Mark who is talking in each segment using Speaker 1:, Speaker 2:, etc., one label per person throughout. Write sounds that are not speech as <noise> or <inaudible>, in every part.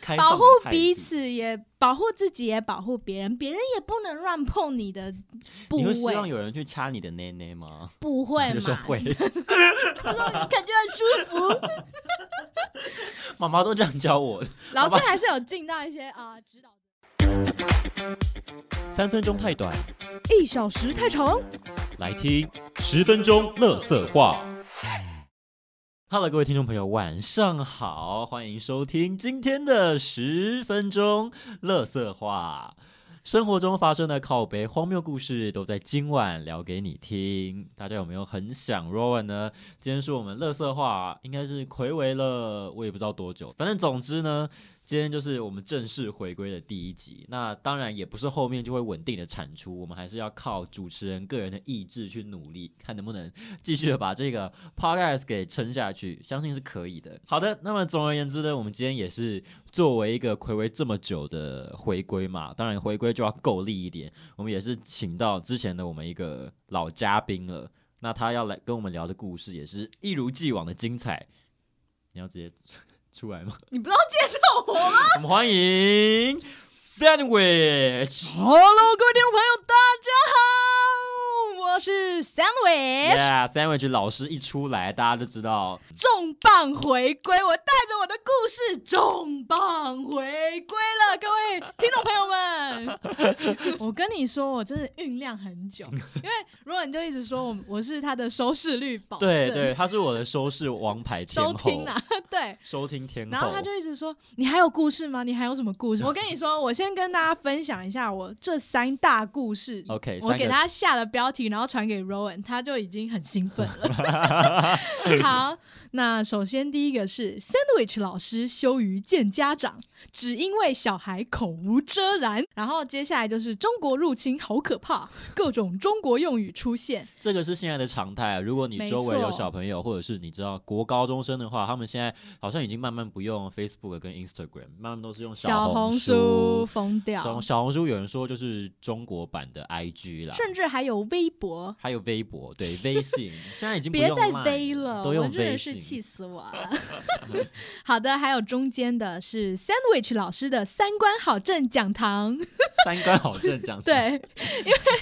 Speaker 1: 开放
Speaker 2: 保
Speaker 1: 的
Speaker 2: 护
Speaker 1: 态
Speaker 2: 彼
Speaker 1: 度
Speaker 2: 此也保护自己，也保护别人，别人也不能乱碰你的部
Speaker 1: 你会希望
Speaker 2: 位，
Speaker 1: 有人去掐你的奶奶吗？
Speaker 2: 不
Speaker 1: 我
Speaker 2: 会
Speaker 1: <laughs> 就说
Speaker 2: 嘛？
Speaker 1: 会，
Speaker 2: 这种感觉很舒服。
Speaker 1: 妈妈都这样教我的。
Speaker 2: 老师
Speaker 1: 好
Speaker 2: 还是有尽到一些啊、指导。
Speaker 1: 三分钟太短，
Speaker 2: 一小时太长，
Speaker 1: 来听。
Speaker 3: 十分钟乐色话。
Speaker 1: Hello，各位听众朋友，晚上好，欢迎收听今天的十分钟乐色话。生活中发生的靠北荒谬故事，都在今晚聊给你听。大家有没有很想 Rowan 呢？今天是我们乐色话，应该是暌违了，我也不知道多久。反正总之呢，今天就是我们正式回归的第一集。那当然也不是后面就会稳定的产出，我们还是要靠主持人个人的意志去努力，看能不能继续的把这个 <laughs> podcast 给撑下去，相信是可以的。好的，那么总而言之呢，我们今天也是作为一个暌违这么久的回归嘛，当然回归就要啊够力一点。我们也是请到之前的我们一个老嘉宾了，那他要来跟我们聊的故事也是一如既往的精彩。你要直接出来吗？
Speaker 2: 你不要介绍 <laughs> 我吗
Speaker 1: 我们欢迎 Sandwich。
Speaker 2: ？Hello，各位听众朋友，大家好，我是 Sandwich，、
Speaker 1: Yeah，Sandwich 老师一出来，大家都知道
Speaker 2: 重磅回归，我带着我的故事重磅回归了，各位听众朋友们。
Speaker 1: <laughs>
Speaker 2: 我跟你说，我真的酝酿很久，因为如果你就一直说我我是他的收视率保证，
Speaker 1: 对对，他是我的收视王牌天
Speaker 2: 收
Speaker 1: 后，
Speaker 2: 听啊，对。
Speaker 1: 收听天后。
Speaker 2: 然后他就一直说：“你还有故事吗？你还有什么故事？”我跟你说，我先跟大家分享一下我这三大故事。
Speaker 1: OK，
Speaker 2: 我
Speaker 1: 三
Speaker 2: 给
Speaker 1: 个
Speaker 2: 他下了标题，然后传给 Rowan，他就已经很兴奋了。
Speaker 1: <laughs>
Speaker 2: 好，那首先第一个是 Sandwich 老师羞于见家长，只因为小孩口无遮拦。然后接下来就是中国入侵好可怕，各种中国用语出现。
Speaker 1: 这个是现在的常态啊。如果你
Speaker 2: 没
Speaker 1: 周围有
Speaker 2: 错
Speaker 1: 小朋友，或者是你知道国高中生的话，他们现在好像已经慢慢不用 Facebook 跟 Instagram，慢慢都是用
Speaker 2: 红
Speaker 1: 红
Speaker 2: 书。疯掉，
Speaker 1: 小小红书有人说就是中国版的 IG 啦，
Speaker 2: 甚至还有微博。
Speaker 1: 还有微博，对微
Speaker 2: <laughs>
Speaker 1: 信，现在已经不
Speaker 2: 别
Speaker 1: 用
Speaker 2: 再
Speaker 1: Line
Speaker 2: 微了，
Speaker 1: 都
Speaker 2: 我
Speaker 1: 用
Speaker 2: 真
Speaker 1: 微
Speaker 2: 的是气
Speaker 1: 信。
Speaker 2: 死
Speaker 1: <laughs>
Speaker 2: 我了。好的，还有中间的是 Sandwich 老师的三观好正讲堂，
Speaker 1: <laughs> 三观好正讲，，
Speaker 2: 对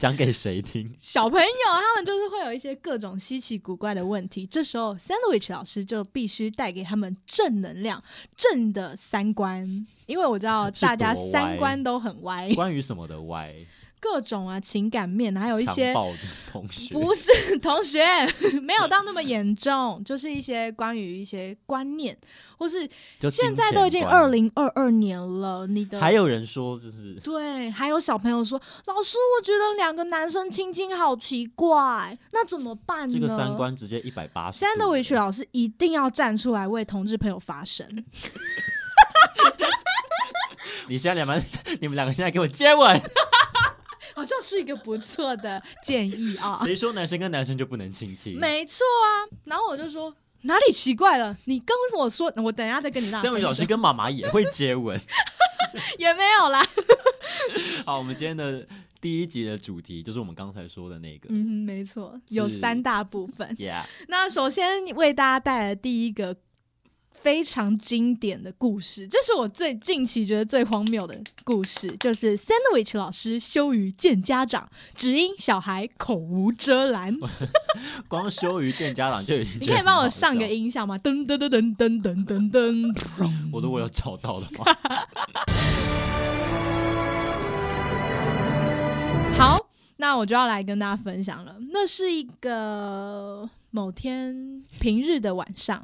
Speaker 1: 讲给谁听？
Speaker 2: 小朋友他们就是会有一些各种稀奇古怪的问题，这时候 Sandwich 老师就必须带给他们正能量、正的三观，因为我知道
Speaker 1: 是
Speaker 2: 大家
Speaker 1: 多歪
Speaker 2: 三观都很歪，
Speaker 1: 关于什么的 Y？
Speaker 2: 各种啊情感面，还有一
Speaker 1: 强
Speaker 2: 些
Speaker 1: 暴的同学，
Speaker 2: 不是同学， <laughs> 没有到那么严重，就是一些关于一些观念，或是
Speaker 1: 就
Speaker 2: 现
Speaker 1: 金
Speaker 2: 在都
Speaker 1: 钱
Speaker 2: 已经
Speaker 1: 观
Speaker 2: 二，零二二年了，你的
Speaker 1: 还有人说就是
Speaker 2: 对，还有小朋友说，老师，我觉得两个男生亲亲好奇怪，那怎么办嗯呢？
Speaker 1: 这个三观直接一百八十。
Speaker 2: ，Sandwich 老师一定要站出来为同志朋友发声。
Speaker 1: 你现在你们 <laughs> 你们两个现在给我接吻。
Speaker 2: <laughs> 好像是一个不错的 <laughs> 建议啊。
Speaker 1: 谁说男生跟男生就不能亲亲？
Speaker 2: 没错啊，然后我就说哪里奇怪了？你跟我说，我等一下再跟
Speaker 1: <laughs>
Speaker 2: 你让。
Speaker 1: 三位老师跟妈妈也会接吻。
Speaker 2: 也没有啦。 <laughs>
Speaker 1: 好，我们今天的第一集的主题就是我们刚才说的那个。
Speaker 2: 嗯哼，没错，有
Speaker 1: 是
Speaker 2: 三大部分。
Speaker 1: Yeah，
Speaker 2: 那首先为大家带来第一个非常经典的故事，这是我最近期觉得最荒谬的故事，就是 Sandwich 老师羞于见家长，只因小孩口无遮拦。
Speaker 1: 光羞于见家长就已经。
Speaker 2: 你可以帮我上个，音效吗？噔噔噔噔噔噔噔噔。砰
Speaker 1: 我如果有找到的
Speaker 2: <laughs>
Speaker 1: 话。
Speaker 2: 好，那我就要来跟大家分享了。那是一个某天平日的晚上，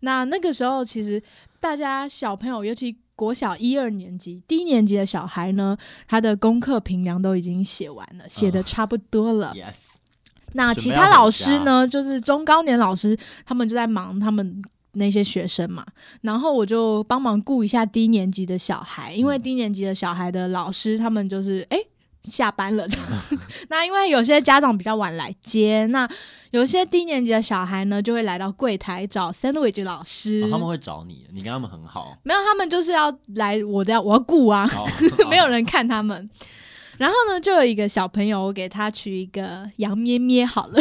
Speaker 2: 那那个时候其实大家小朋友，尤其国小一二年级、低年级的小孩呢，他的功课评量都已经写完了，写的差不多了。
Speaker 1: Yes，
Speaker 2: 那其他老师呢，就是中高年老师，他们就在忙他们那些学生嘛。然后我就帮忙顾一下低年级的小孩，因为
Speaker 1: 嗯
Speaker 2: 低年级的小孩的老师他们就是诶下班了，
Speaker 1: 嗯
Speaker 2: <laughs> 那因为有些家长比较晚来接，那有些低年级的小孩呢就会来到柜台找 sandwich 老师，
Speaker 1: 哦他们会找你，你跟他们很
Speaker 2: <laughs>
Speaker 1: 好。
Speaker 2: 没有，他们就是要来我的，我要顾啊，
Speaker 1: 好
Speaker 2: 没有。人看他们。然后呢，就有一个小朋友，我给他取一个羊咩咩好了，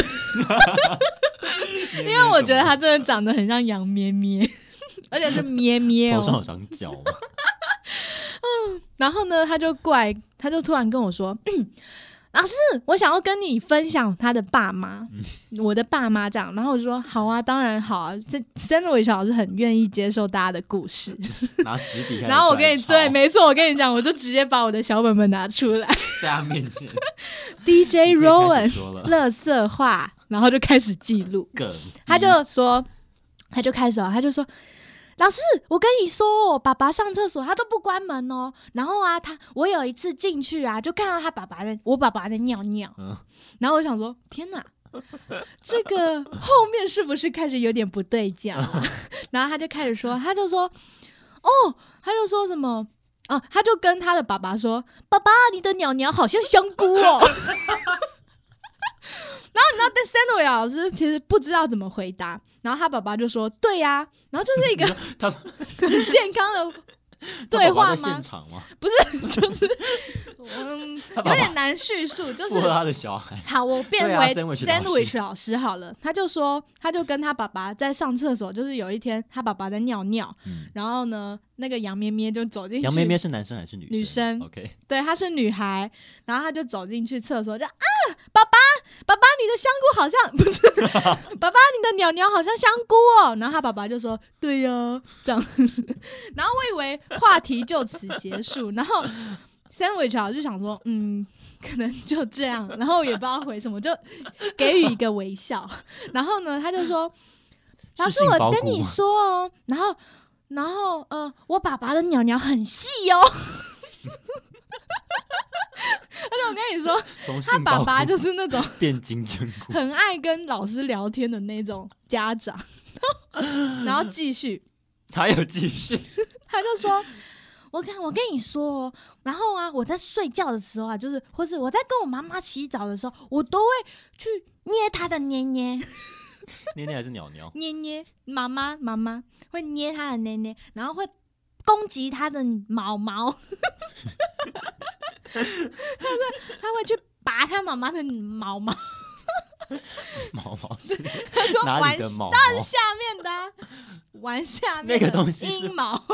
Speaker 1: 因
Speaker 2: 因为我觉得他真的长得很像羊咩咩，而且是咩咩
Speaker 1: 头上
Speaker 2: 哦
Speaker 1: 有。长角嘛， <laughs>
Speaker 2: 然后呢，他就过来，他就突然跟我说：“ <clears throat> 老师，我想要跟你分享他的爸妈，
Speaker 1: 嗯
Speaker 2: <laughs> 我的爸妈这样。”然后我就说：“好啊，当然好啊，这 Sandwich 老师很愿意接受大家的故事。
Speaker 1: 拿纸笔开”始
Speaker 2: 然后我跟你
Speaker 1: 在
Speaker 2: 对，
Speaker 1: 抄
Speaker 2: 没错，我跟你讲，我就直接把我的小本本拿出
Speaker 1: <laughs>
Speaker 2: 来
Speaker 1: 在他面
Speaker 2: <laughs>
Speaker 1: 前你
Speaker 2: ，DJ
Speaker 1: 可以开始
Speaker 2: 哎 Rowan
Speaker 1: 说
Speaker 2: <laughs>
Speaker 1: 了
Speaker 2: 乐色话，然后就开始记录。
Speaker 1: 梗，嗯
Speaker 2: 他就说，他就开始哦了，他就说。老师，我跟你说哦，爸爸上厕所他都不关门哦。然后啊，他我有一次进去啊，就看到他爸爸在，我爸爸在尿尿。
Speaker 1: 嗯
Speaker 2: 然后我想说，天哪，这个后面是不是开始有点不对劲啊？然后他就开始说，他就说，哦，他就说什么哦、他就跟他的爸爸说，爸爸，你的鸟鸟好像香菇哦。 <laughs> 然后但 Sandwich 老师其实不知道怎么回答，然后他爸爸就说：“对呀、然后就是一个
Speaker 1: 他
Speaker 2: 很健康的
Speaker 1: <laughs> 他
Speaker 2: 对
Speaker 1: 宝宝
Speaker 2: 话
Speaker 1: 在现
Speaker 2: 吗？
Speaker 1: 场吗？
Speaker 2: 就是嗯，
Speaker 1: 他
Speaker 2: 有
Speaker 1: 爸
Speaker 2: 点难叙述，就
Speaker 1: 附和
Speaker 2: 是。
Speaker 1: 他的小
Speaker 2: <laughs>
Speaker 1: 孩，
Speaker 2: 好，我变
Speaker 1: 对啊
Speaker 2: 为
Speaker 1: ，sandwich 老师
Speaker 2: sandwich 老师好了。他就说，他就跟他爸爸在上厕所，就是有一天他爸爸在尿尿，
Speaker 1: 嗯，
Speaker 2: 然后呢，那个杨咩咩就走进去，
Speaker 1: 杨咩咩是男生还是女
Speaker 2: 女生
Speaker 1: ？OK，
Speaker 2: 对，她是女孩，然后她就走进去厕所，就啊，爸爸，爸爸，你的香菇好像不是， <laughs> 爸爸，你的鸟鸟好像香菇哦。然后她爸爸就说，对呀、这样。 <laughs> 然后我以为话题就此结束，然后 sandwich 啊就想说，嗯，可能就这样，然后也不知道回什么，就给予一个微笑。然后呢，他就说，老
Speaker 1: 是
Speaker 2: 师，
Speaker 1: 杏鲍
Speaker 2: 我
Speaker 1: 菇
Speaker 2: 跟你
Speaker 1: 吗
Speaker 2: 说哦，然后。然后，呃，我爸爸的鸟鸟很
Speaker 1: <laughs>
Speaker 2: 细哦，我跟你说，
Speaker 1: 从
Speaker 2: 他
Speaker 1: 杏
Speaker 2: 爸
Speaker 1: 鲍
Speaker 2: 爸
Speaker 1: 菇
Speaker 2: 就是那种
Speaker 1: 变金针菇，
Speaker 2: <laughs> 很爱跟老师聊天的那种家长， <laughs> 然后继续，
Speaker 1: 他有继续，
Speaker 2: 他就说。我看，我跟你说哦，然后啊，我在睡觉的时候啊，就是或是我在跟我妈妈洗澡的时候，我都会去捏她的捏捏
Speaker 1: 念念还是鸟鸟，
Speaker 2: 捏捏，妈妈妈妈会捏她的捏捏，然后会攻击她的毛毛， <laughs> 她会她会去拔她妈妈的毛毛，
Speaker 1: 毛毛是
Speaker 2: 她说
Speaker 1: 哪
Speaker 2: 玩
Speaker 1: 里的毛毛？
Speaker 2: <laughs> 下面的啊、玩下面
Speaker 1: 那个东西是
Speaker 2: 阴毛。 <laughs>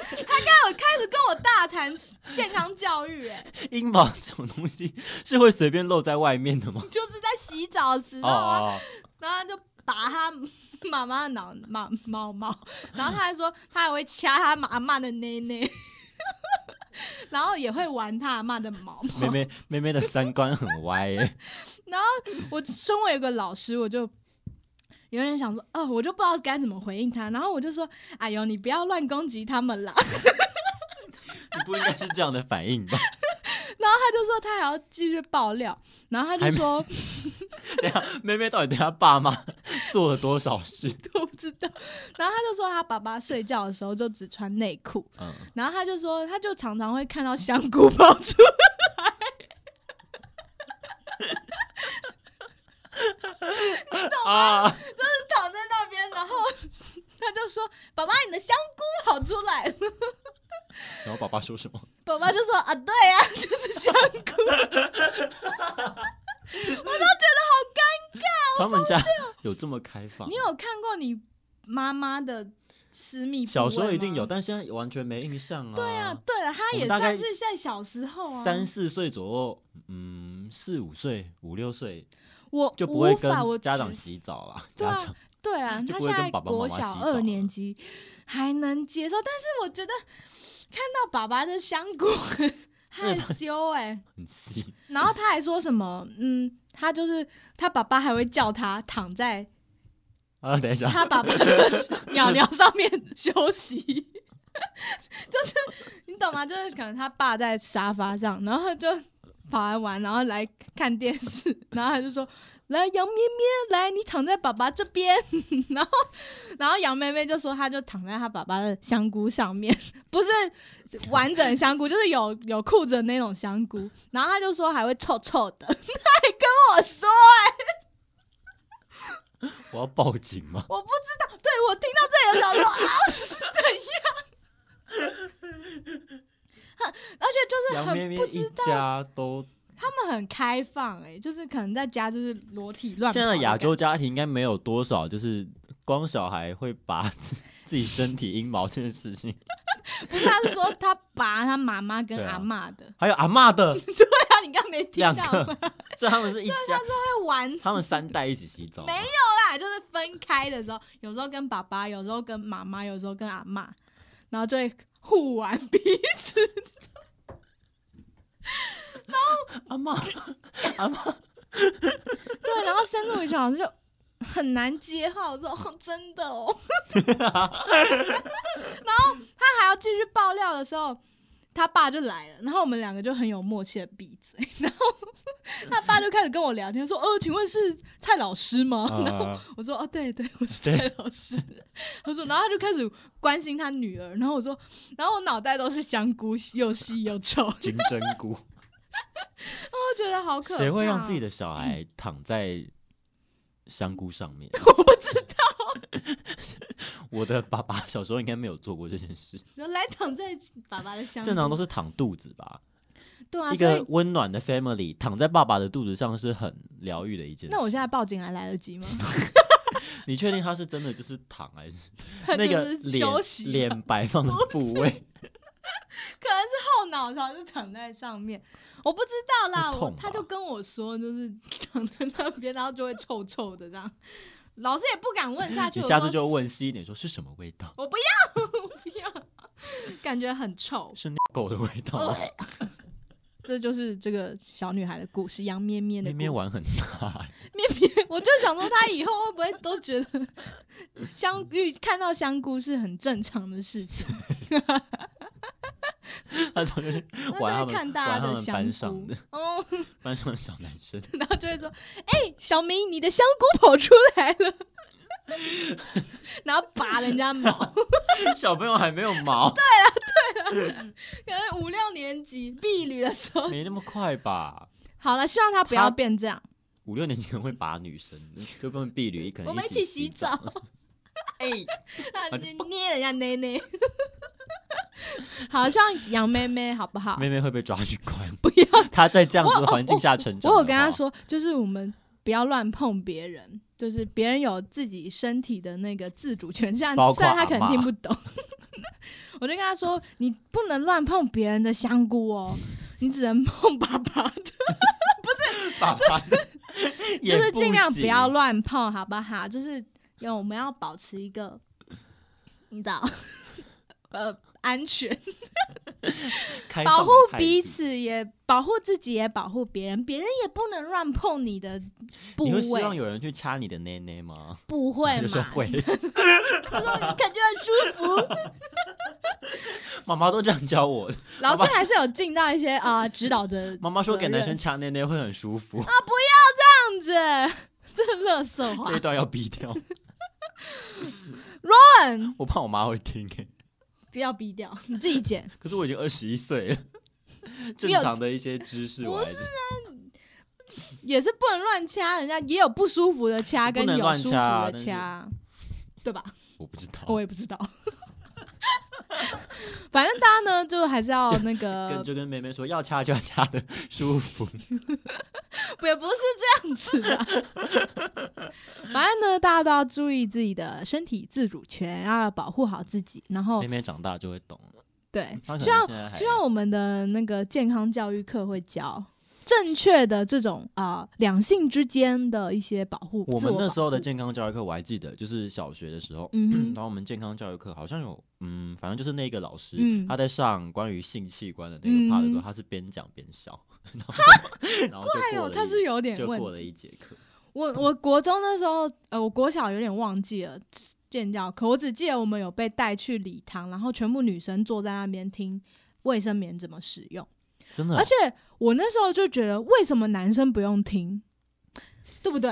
Speaker 2: 他刚有开始跟我大谈健康教育、哎，
Speaker 1: 阴毛这种东西是会随便露在外面的吗？
Speaker 2: 就是在洗澡的时
Speaker 1: 哦
Speaker 2: 候啊，
Speaker 1: 哦，哦
Speaker 2: 然后他就拔他妈妈的脑毛毛毛，然后他还说他还会掐他妈妈的内内， <laughs> 然后也会玩他妈的毛毛。
Speaker 1: 哦妹妹妹妹的三观很歪
Speaker 2: <laughs>
Speaker 1: 耶，
Speaker 2: 我身为一个老师，我就有点想说，哦，我就不知道该怎么回应他，然后我就说，哎呦，你不要乱攻击他们啦。
Speaker 1: 你不应该是这样的反应吧？
Speaker 2: 然后他就说他还要继续爆料，然后他
Speaker 1: 还
Speaker 2: 就
Speaker 1: 没
Speaker 2: 说 <laughs>
Speaker 1: <laughs> 等一下，妹妹到底对她爸 <laughs> 妈做了多少事？
Speaker 2: 我不知道，然后他就说他爸爸睡觉的时候就只穿内裤，
Speaker 1: 嗯，
Speaker 2: 然后他就说他就常常会看到香菇跑出来。 <laughs> <laughs>
Speaker 1: 啊，
Speaker 2: 躺在那边，然后他就说：“爸爸，你的香菇跑出来了。
Speaker 1: 然后爸爸说什
Speaker 2: <laughs>
Speaker 1: 么？”
Speaker 2: 爸爸就说：“啊，对啊，就是香菇。 <laughs>
Speaker 1: 他们家有这么开放”
Speaker 2: 你？有看过你妈妈的私密部位
Speaker 1: 小时候一定有，
Speaker 2: 吗
Speaker 1: 但现在完全没印象啊。
Speaker 2: 对啊，对了，他
Speaker 1: 我
Speaker 2: 也
Speaker 1: 们大概
Speaker 2: 算是在小时候啊。
Speaker 1: 三四岁左右，嗯，四五岁、五六岁
Speaker 2: 我
Speaker 1: 就不会
Speaker 2: 无
Speaker 1: 跟
Speaker 2: 法我
Speaker 1: 家长
Speaker 2: 只
Speaker 1: 洗澡啦。
Speaker 2: 对啊
Speaker 1: 家长
Speaker 2: 对啊，
Speaker 1: 就
Speaker 2: 他
Speaker 1: 不
Speaker 2: 现
Speaker 1: 会跟
Speaker 2: 在
Speaker 1: 爸爸妈
Speaker 2: 国
Speaker 1: 妈
Speaker 2: 小
Speaker 1: 洗澡
Speaker 2: 二
Speaker 1: 了
Speaker 2: 年级还能接受，但是我觉得看到爸爸的香
Speaker 1: <laughs>
Speaker 2: 菇害羞哎、
Speaker 1: 很细，
Speaker 2: 然后他还说什么，嗯，他就是他爸爸还会叫他躺在
Speaker 1: 啊，等一下，
Speaker 2: 他爸爸的鸟鸟上面休息， <laughs> 就是你懂吗？就是可能他爸在沙发上，然后他就跑来玩，然后来看电视，然后他就说。 <laughs> 来，杨咩咩，来，你躺在爸爸这边， <laughs> 然后，然后杨妹妹就说，她就躺在她爸爸的香菇上面， <laughs> 不是完整香菇，就是有有裤子的那种香菇，然后她就说还会臭臭的，她 <laughs> 还跟我说，
Speaker 1: 我要报警吗？
Speaker 2: 我不知道，对我听到这里的时候说啊是怎样？而且就是
Speaker 1: 杨咩
Speaker 2: 很不
Speaker 1: 咩
Speaker 2: 知
Speaker 1: 一家都，
Speaker 2: 他们很开放哎、就是可能在家就是裸体乱跑
Speaker 1: 现
Speaker 2: 感觉。
Speaker 1: 在的亚洲家庭应该没有多少，就是光小孩会把 <laughs> 自己身体阴毛这件事情，
Speaker 2: 不是，他是说他拔他妈妈跟
Speaker 1: 对啊
Speaker 2: 阿嬷的。 <laughs>
Speaker 1: 还有阿嬷的
Speaker 2: 对啊，你刚刚没听
Speaker 1: 两
Speaker 2: 到
Speaker 1: 个，所以他们是一家，
Speaker 2: 会玩
Speaker 1: 他们三代一起洗澡吗，
Speaker 2: 没有啦，就是分开的时候，有时候跟爸爸，有时候跟妈妈，有时候跟阿嬷，然后就会互玩彼此。
Speaker 1: 阿嬷，阿嬷，
Speaker 2: 对，然后深入一圈好像就 <laughs> 很难接话，我说、 <laughs> 哦、真的哦。然后他还要继续爆料的时候，他爸就来了，然后我们两个就很有默契的闭嘴， <laughs> 然后他爸就开始跟我聊天，说：“呃，请问是蔡老师吗？”然后
Speaker 1: 啊
Speaker 2: <laughs> 我说：“哦，对对，我是蔡老师。” <laughs> 他说，然后他就开始关心他女儿，然后我说，然后我脑袋都是香菇，又细又臭， <laughs> 我
Speaker 1: 金针菇，
Speaker 2: 觉得好可怕。哦
Speaker 1: 谁会让自己的小孩躺在香菇上面？
Speaker 2: 我不知道，
Speaker 1: 我的爸爸小时候应该没有做过这件事，
Speaker 2: 说来躺在爸爸的香菇，
Speaker 1: 正常都是躺肚子吧。
Speaker 2: 对啊，
Speaker 1: 一
Speaker 2: 所
Speaker 1: 个
Speaker 2: 以
Speaker 1: 温暖的 family 躺在爸爸的肚子上是很疗愈的一件事。
Speaker 2: 那我现在报警还来
Speaker 1: <laughs>
Speaker 2: 得及吗？
Speaker 1: 你确定他是真的就是躺还是
Speaker 2: 他
Speaker 1: 那个
Speaker 2: 就是
Speaker 1: 脸
Speaker 2: 休息，
Speaker 1: 脸摆放的部位？
Speaker 2: 可能是后脑勺就躺在上面，我不知道啦。
Speaker 1: 会
Speaker 2: 我
Speaker 1: 痛吧
Speaker 2: 他就跟我说，就是躺在那边，然后就会臭臭的这样。老师也不敢问下
Speaker 1: <laughs>
Speaker 2: 去，
Speaker 1: 你
Speaker 2: 我
Speaker 1: 下次
Speaker 2: 说
Speaker 1: 就问细一点，说是什么味道？
Speaker 2: 不要，感觉很臭。
Speaker 1: 是那狗的味道吗？
Speaker 2: 呃 <laughs> 这就是这个小女孩的故事，杨咩咩的
Speaker 1: 那
Speaker 2: 故
Speaker 1: 边
Speaker 2: 事。
Speaker 1: 玩很大、欸，
Speaker 2: <laughs> 我就想说，她以后会不会都觉得香遇看到香菇是很正常的事
Speaker 1: <laughs>
Speaker 2: 情？
Speaker 1: 他总就是
Speaker 2: <laughs> 她就
Speaker 1: 玩他
Speaker 2: 会
Speaker 1: 们
Speaker 2: 看大家
Speaker 1: 玩他
Speaker 2: 的
Speaker 1: 们班
Speaker 2: 香
Speaker 1: 上
Speaker 2: 菇
Speaker 1: 的，
Speaker 2: 哦，
Speaker 1: 班上的小男生，
Speaker 2: 然后就会说：“哎、小明，你的香菇跑出来了。” <laughs> 然后拔人家 <laughs> 毛，
Speaker 1: 小朋友还没有
Speaker 2: <laughs>
Speaker 1: 毛，
Speaker 2: 可能五六年级避旅的时候。
Speaker 1: 没那么快吧？
Speaker 2: 好了，希望他不要变这样。
Speaker 1: 五六年级可能会把女生，就跟婢女可能
Speaker 2: 我们一
Speaker 1: 起
Speaker 2: 起洗
Speaker 1: 澡
Speaker 2: 澡，， <laughs>
Speaker 1: 哎、
Speaker 2: 然后捏人家奶奶。 <laughs> 好，希望杨妹妹好不好？
Speaker 1: 妹妹会被抓去关，
Speaker 2: 不要
Speaker 1: 她在这样子
Speaker 2: 我
Speaker 1: 的环境下成长
Speaker 2: 我有
Speaker 1: 的
Speaker 2: 跟
Speaker 1: 话
Speaker 2: 他，说，就是我们不要乱碰别人，就是别人有自己身体的那个自主权，像
Speaker 1: 包括
Speaker 2: 虽然他可
Speaker 1: 阿
Speaker 2: 能
Speaker 1: 嬷
Speaker 2: 听不懂， <laughs> 我就跟他说，你不能乱碰别人的香菇哦，你只能碰爸
Speaker 1: <laughs>
Speaker 2: 爸的，
Speaker 1: 爸爸
Speaker 2: 就
Speaker 1: <laughs> 也
Speaker 2: 是尽量
Speaker 1: 行
Speaker 2: 不要乱碰，好不好？就是要我们要保持一个，你知道，呃，安全。
Speaker 1: 开放
Speaker 2: 保
Speaker 1: 的
Speaker 2: 护
Speaker 1: 态
Speaker 2: 彼
Speaker 1: 度。
Speaker 2: 此也，保护自己，也保护别人，别人也不能乱碰你的部
Speaker 1: 你会希望
Speaker 2: 位，哎
Speaker 1: 有人去掐你的奶奶吗？
Speaker 2: 不会
Speaker 1: <laughs> 我就说
Speaker 2: 嘛？
Speaker 1: 会，
Speaker 2: 他说感觉很舒服。
Speaker 1: 妈妈都这样教我的。
Speaker 2: 老师还是有尽到一些啊、呃指导的
Speaker 1: 妈妈说给男
Speaker 2: 责
Speaker 1: 生
Speaker 2: 任啊
Speaker 1: 掐奶奶会很舒服，
Speaker 2: 这样子， <laughs> 这乐色话
Speaker 1: 这一。段要逼掉，
Speaker 2: 嗯
Speaker 1: 我怕我妈会听、欸。
Speaker 2: 不要逼掉，你自己剪。
Speaker 1: 可是我已经二十一岁了，正
Speaker 2: 你有啊
Speaker 1: 常的一些知识我还是
Speaker 2: 也是不能乱掐，人家也有不舒服的掐，
Speaker 1: 不
Speaker 2: 跟
Speaker 1: 能
Speaker 2: 有
Speaker 1: 乱
Speaker 2: 舒服
Speaker 1: 掐啊
Speaker 2: 的
Speaker 1: 但是
Speaker 2: 掐，对吧？
Speaker 1: 我不知道。
Speaker 2: 我也不知道。 <laughs> 反正大家呢，就还是要那个
Speaker 1: 跟就跟妹妹说要掐就要掐的舒服，
Speaker 2: 哦也不是这样
Speaker 1: <laughs>
Speaker 2: 子的。反正呢，大家都要注意自己的身体自主权，要保护好自己。然后
Speaker 1: 妹，妹长大就会懂了。
Speaker 2: 对
Speaker 1: 哎她，可
Speaker 2: 希望
Speaker 1: 能现在还
Speaker 2: 希望我们的那个健康教育课会教正确的这种啊、两性之间的一些保护。
Speaker 1: 我
Speaker 2: 自
Speaker 1: 们那
Speaker 2: 保
Speaker 1: 时候的
Speaker 2: 护，
Speaker 1: 健康教育课我还记得，就是小学的时候，
Speaker 2: 嗯
Speaker 1: 然后我们健康教育课好像有，嗯，反正就是那个老师，
Speaker 2: 嗯
Speaker 1: 他在上关于性器官的那个 part 的时候，
Speaker 2: 嗯
Speaker 1: 他是边讲边笑，然后 <laughs> 然后就
Speaker 2: 哎
Speaker 1: 过
Speaker 2: 呦，
Speaker 1: 了
Speaker 2: 他
Speaker 1: 一
Speaker 2: 是有点
Speaker 1: 就
Speaker 2: 问
Speaker 1: 过了
Speaker 2: 题
Speaker 1: 一节课，
Speaker 2: 我我国中那时候，呃，我国小有点忘记了建教课，我只记得我们有被带去礼堂，然后全部女生坐在那边听卫生棉怎么使用。
Speaker 1: 真的
Speaker 2: 而且我那时候就觉得，为什么男生不用听，对不对？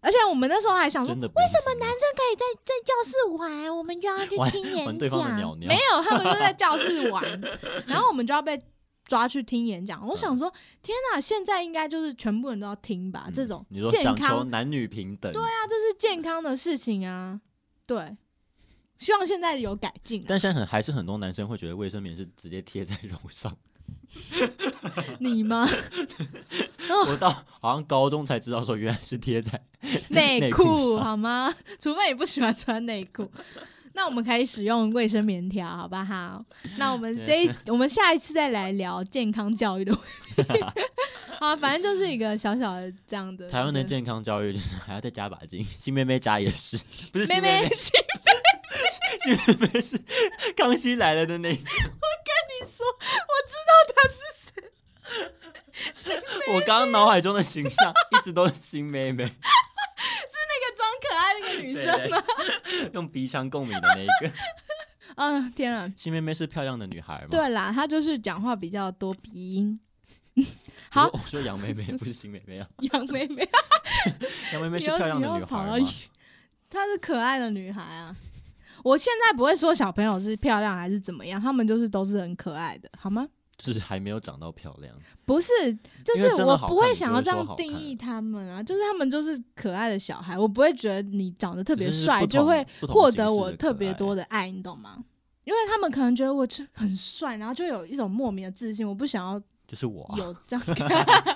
Speaker 2: 而且我们那时候还想说，
Speaker 1: 真的为什么男生
Speaker 4: 在教室玩，我们就要去
Speaker 1: 玩
Speaker 4: 听
Speaker 1: 玩
Speaker 4: 演
Speaker 1: 对方的鸟
Speaker 4: 讲。
Speaker 1: 鸟
Speaker 2: 没有，他们就在教
Speaker 1: <laughs>
Speaker 2: 室玩，然后我们就要被抓去听演讲。
Speaker 1: 嗯
Speaker 2: 我想说，天哪，现在应该就是全部人都要听吧？
Speaker 1: 嗯
Speaker 2: 这种
Speaker 1: 你说
Speaker 2: 健
Speaker 1: 讲求
Speaker 2: 康，
Speaker 1: 男女平等，对
Speaker 2: 对啊，这是健康的事情啊，对。希望现在有改进、啊。
Speaker 1: 但现在很还是很多男生会觉得卫生棉是直接贴在肉上，
Speaker 2: 你吗？
Speaker 1: 我
Speaker 2: <laughs>
Speaker 1: 到好像高中才知道说原来是贴在
Speaker 2: 内
Speaker 1: 内裤
Speaker 2: 裤
Speaker 1: 上
Speaker 2: <laughs> 好吗？除非你不喜欢穿内裤。 <laughs> 那我们可以使用卫生棉条，好不好？那我们这一，我们下一次再来聊健康教育的问
Speaker 1: <laughs>
Speaker 2: 题。好，反正就是一个小小的这样的
Speaker 1: 台湾的
Speaker 2: 一个
Speaker 1: 健康教育就是还要再加把劲，新妹妹家也
Speaker 2: <laughs>
Speaker 1: 是，不是新
Speaker 2: 妹
Speaker 1: 妹
Speaker 2: 妹
Speaker 1: 妹，
Speaker 2: <laughs>
Speaker 1: 新妹妹是 <laughs> 康熙来了的那一个。我刚刚脑海中的形象一直都是新妹妹，
Speaker 2: 那个装可爱那个女
Speaker 1: 对
Speaker 2: 生吗？
Speaker 1: 对用鼻腔共鸣的那一个。
Speaker 2: <laughs> 嗯，天啊，
Speaker 1: 新妹妹是漂亮的女孩吗？
Speaker 2: 对啦，她就是讲话比较多鼻音。
Speaker 1: 我
Speaker 2: 好
Speaker 1: 说，我说杨妹妹不是新妹妹啊，
Speaker 2: 杨
Speaker 1: <laughs>
Speaker 2: 妹妹，
Speaker 1: 杨妹妹是
Speaker 2: 你要
Speaker 1: 漂
Speaker 2: <laughs>
Speaker 1: 亮的
Speaker 2: 你要
Speaker 1: 女
Speaker 2: 跑
Speaker 1: 孩
Speaker 2: 到
Speaker 1: 吗？
Speaker 2: 她是可爱的女孩啊。我现在不会说小朋友是漂亮还是怎么样，他们就是都是很可爱的，好吗？
Speaker 1: 就是还没有长到漂亮。
Speaker 2: 不是，就
Speaker 1: 因为
Speaker 2: 是
Speaker 1: 真
Speaker 2: 我
Speaker 1: 的好
Speaker 2: 不会
Speaker 1: 看
Speaker 2: 想
Speaker 1: 不
Speaker 2: 要
Speaker 1: 会
Speaker 2: 这
Speaker 1: 说
Speaker 2: 样
Speaker 1: 好
Speaker 2: 定
Speaker 1: 看
Speaker 2: 义他们啊，就是他们就是可爱的小孩，我不会觉得你长得特别
Speaker 1: 就是
Speaker 2: 帅
Speaker 1: 不
Speaker 2: 就
Speaker 1: 同
Speaker 2: 会
Speaker 1: 不同
Speaker 2: 获
Speaker 1: 形
Speaker 2: 得
Speaker 1: 式
Speaker 2: 我
Speaker 1: 的
Speaker 2: 特
Speaker 1: 可
Speaker 2: 别
Speaker 1: 爱
Speaker 2: 多的爱，你懂吗？因为他们可能觉得我就很帅，然后就有一种莫名的自信，我不想要
Speaker 1: 就是我啊、
Speaker 2: 有这样。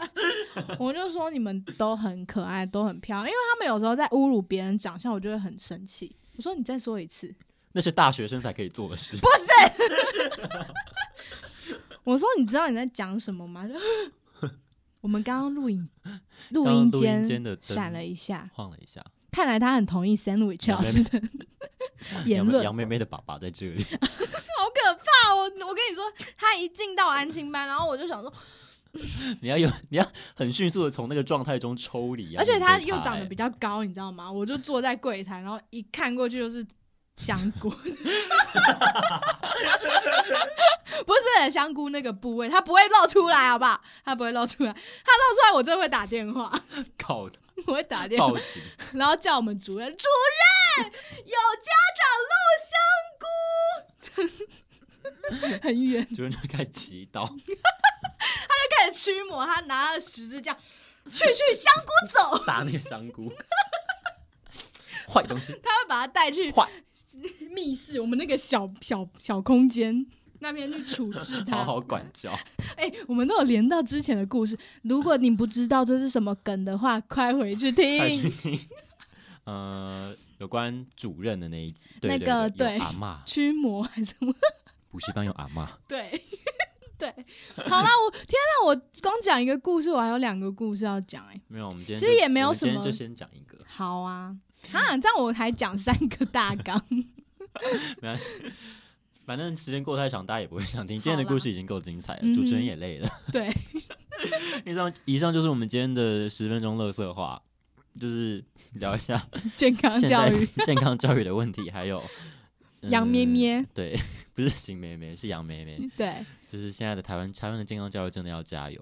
Speaker 2: <laughs> 我就说你们都很可爱，都很漂亮，因为他们有时候在侮辱别人长相，我就会很生气。我说你再说一次，
Speaker 1: 那是大学生才可以做的事。
Speaker 2: 我说你知道你在讲什么吗？就 <laughs> 我们刚刚录影录
Speaker 1: 刚
Speaker 2: 音
Speaker 1: 刚录音间的灯
Speaker 2: 闪了一下，
Speaker 1: 晃了一下，
Speaker 2: 看来他很同意 Sandwich
Speaker 1: 杨
Speaker 2: 老
Speaker 1: 妹
Speaker 2: 师的 <laughs> 言
Speaker 1: 杨妹
Speaker 2: 论，
Speaker 1: 杨妹妹的爸爸在这里， <laughs>
Speaker 2: 好可怕！我我跟你说，他一进到安亲班，然后我就想说，
Speaker 1: 你要有你要很迅速的从那个状态中抽离、啊。
Speaker 2: 而且
Speaker 1: 他
Speaker 2: 他又长得比较高，你知道吗？我就坐在柜台，然后一看过去就是香菇， <laughs> 不是香菇那个部位，他不会露出来，好不好？他不会露出来，他露出来我真的会打电话， <laughs>
Speaker 1: 靠
Speaker 2: 我会打电话
Speaker 1: 报，警，
Speaker 2: 然后叫我们主任，主任有家长录香菇， <laughs> 很远，
Speaker 1: 主任就开始祈祷。
Speaker 2: 开始驱魔，他拿了十字架，去去香菇走， <laughs>
Speaker 1: 打那个香菇， <laughs> 坏东西，
Speaker 2: 他会把他带去
Speaker 1: 坏，
Speaker 2: 密室，我们那个小小小空间那边去处置
Speaker 1: <laughs>
Speaker 2: 它。
Speaker 1: 好
Speaker 2: <laughs>
Speaker 1: 好管教。
Speaker 2: 哎、我们都有连到之前的故事。如果你不知道这是什么梗的话，快回去
Speaker 1: 快去
Speaker 2: 听。
Speaker 1: 听，呃，有关主任的那一集，对
Speaker 2: 那
Speaker 1: 对
Speaker 2: 个
Speaker 1: 对，
Speaker 2: 对
Speaker 1: 有阿嬷，
Speaker 2: 驱魔还是什么？ <laughs>
Speaker 1: 补习班有阿嬷，
Speaker 2: 对 <laughs> 对，好啦，我天哪！我光讲一个故事，我还有两个故事要讲哎、
Speaker 1: 没有，我们今天
Speaker 2: 其
Speaker 1: 就
Speaker 2: 实也没有
Speaker 1: 我们今天
Speaker 2: 什么
Speaker 1: 就先讲一个，
Speaker 2: 好啊，啊，这样我还讲三个大纲。
Speaker 1: 没关系。反正时间过太长，大家也不会想听。今天的
Speaker 2: 好啦
Speaker 1: 故事已经够精彩了，
Speaker 2: 嗯哼
Speaker 1: 主持人也累了。
Speaker 2: 对，
Speaker 1: 以上以上就是我们今天的十分钟乐色话，就是聊一下
Speaker 2: 健康
Speaker 1: 现
Speaker 2: 教
Speaker 1: 在
Speaker 2: 育，
Speaker 1: <laughs> 健康教育的问题，还有
Speaker 2: <laughs> 杨咩咩，嗯
Speaker 1: 嗯对，不是邢咩咩，是杨咩咩。 <laughs>
Speaker 2: 对，
Speaker 1: 就是现在的台湾，台湾的健康教育真的要加油。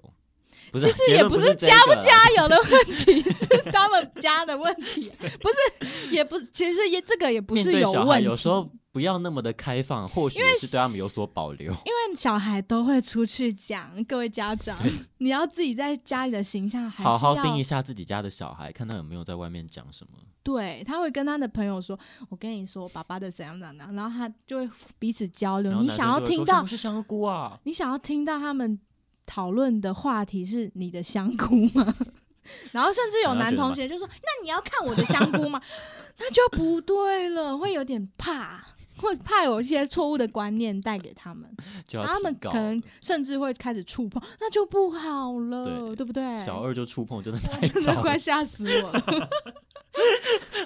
Speaker 1: 不是
Speaker 2: 其
Speaker 1: 啊，
Speaker 2: 实
Speaker 1: 结
Speaker 2: 也
Speaker 1: 论
Speaker 2: 不
Speaker 1: 不
Speaker 2: 是
Speaker 1: 这个
Speaker 2: 加不
Speaker 1: 啦，
Speaker 2: 加
Speaker 1: <laughs>
Speaker 2: 油的问题，是他们家的问题，啊不是，也不，其实也这个也不
Speaker 1: 面
Speaker 2: 是
Speaker 1: 对
Speaker 2: 有
Speaker 1: 小
Speaker 2: 问
Speaker 1: 孩
Speaker 2: 题，
Speaker 1: 有时候不要那么的开放，或许也是对他们有所保留。
Speaker 2: 因为小孩都会出去讲，各位家长，你要自己在家里的形象还是
Speaker 1: 好
Speaker 2: 要
Speaker 1: 好盯一下自己家的小孩，看他有没有在外面讲什么。
Speaker 2: 对，他会跟他的朋友说，我跟你说，我爸爸的怎样怎样怎样，然后他就会彼此交
Speaker 1: 然
Speaker 2: 流，
Speaker 1: 后
Speaker 2: 你
Speaker 1: 男
Speaker 2: 想
Speaker 1: 生
Speaker 2: 要
Speaker 1: 就会
Speaker 2: 听
Speaker 1: 说
Speaker 2: 到
Speaker 1: 什么是香菇啊，
Speaker 2: 你想要听到他们讨论的话题是你的香菇吗？ <laughs> 然后甚至有男同学就说：“那你要看我的香菇吗？” <laughs> 那就不对了，会有点怕，会怕有一些错误的观念带给他们，
Speaker 1: 就要
Speaker 2: 然后他们
Speaker 1: 提高
Speaker 2: 可能甚至会开始触碰，那就不好了，
Speaker 1: 对
Speaker 2: 对不对？
Speaker 1: 小二就触碰，真的太
Speaker 2: 我真的
Speaker 1: 早了
Speaker 2: 快。吓死
Speaker 1: <laughs>
Speaker 2: 我了！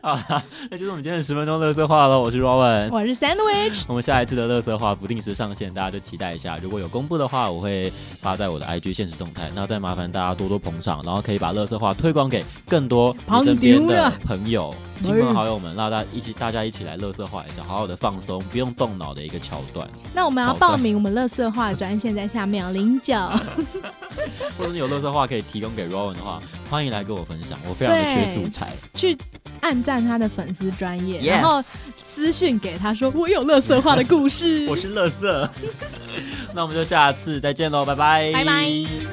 Speaker 1: 啊，那就是我们今天的十分钟乐色话了。我是 Rowan，
Speaker 2: 我是 Sandwich，
Speaker 1: 我们下一次的乐色话不定时上线，大家就期待一下。如果有公布的话，我会发在我的 IG 现实动态。那再麻烦大家多多捧场，然后可以把乐色话推广给更多你身边的朋友、
Speaker 2: 哎
Speaker 1: 亲朋好友们，让大家一起大家一起来乐色化一下，好好的放松，不用动脑的一个桥段。
Speaker 2: 那我们要
Speaker 1: 早
Speaker 2: 报
Speaker 1: 上
Speaker 2: 名我们乐色话专线，在下面哦零
Speaker 1: <laughs>
Speaker 2: 九，
Speaker 1: 或者是有乐色话可以提供给 Rowan 的话，欢迎来跟我分享，我非常的缺素材。
Speaker 2: 去按赞他的粉丝专业，然后
Speaker 1: Yes，
Speaker 2: 私讯给他说我有乐色话的故事。
Speaker 1: 我是乐色，那我们就下次再见喽，拜拜，
Speaker 2: 拜拜。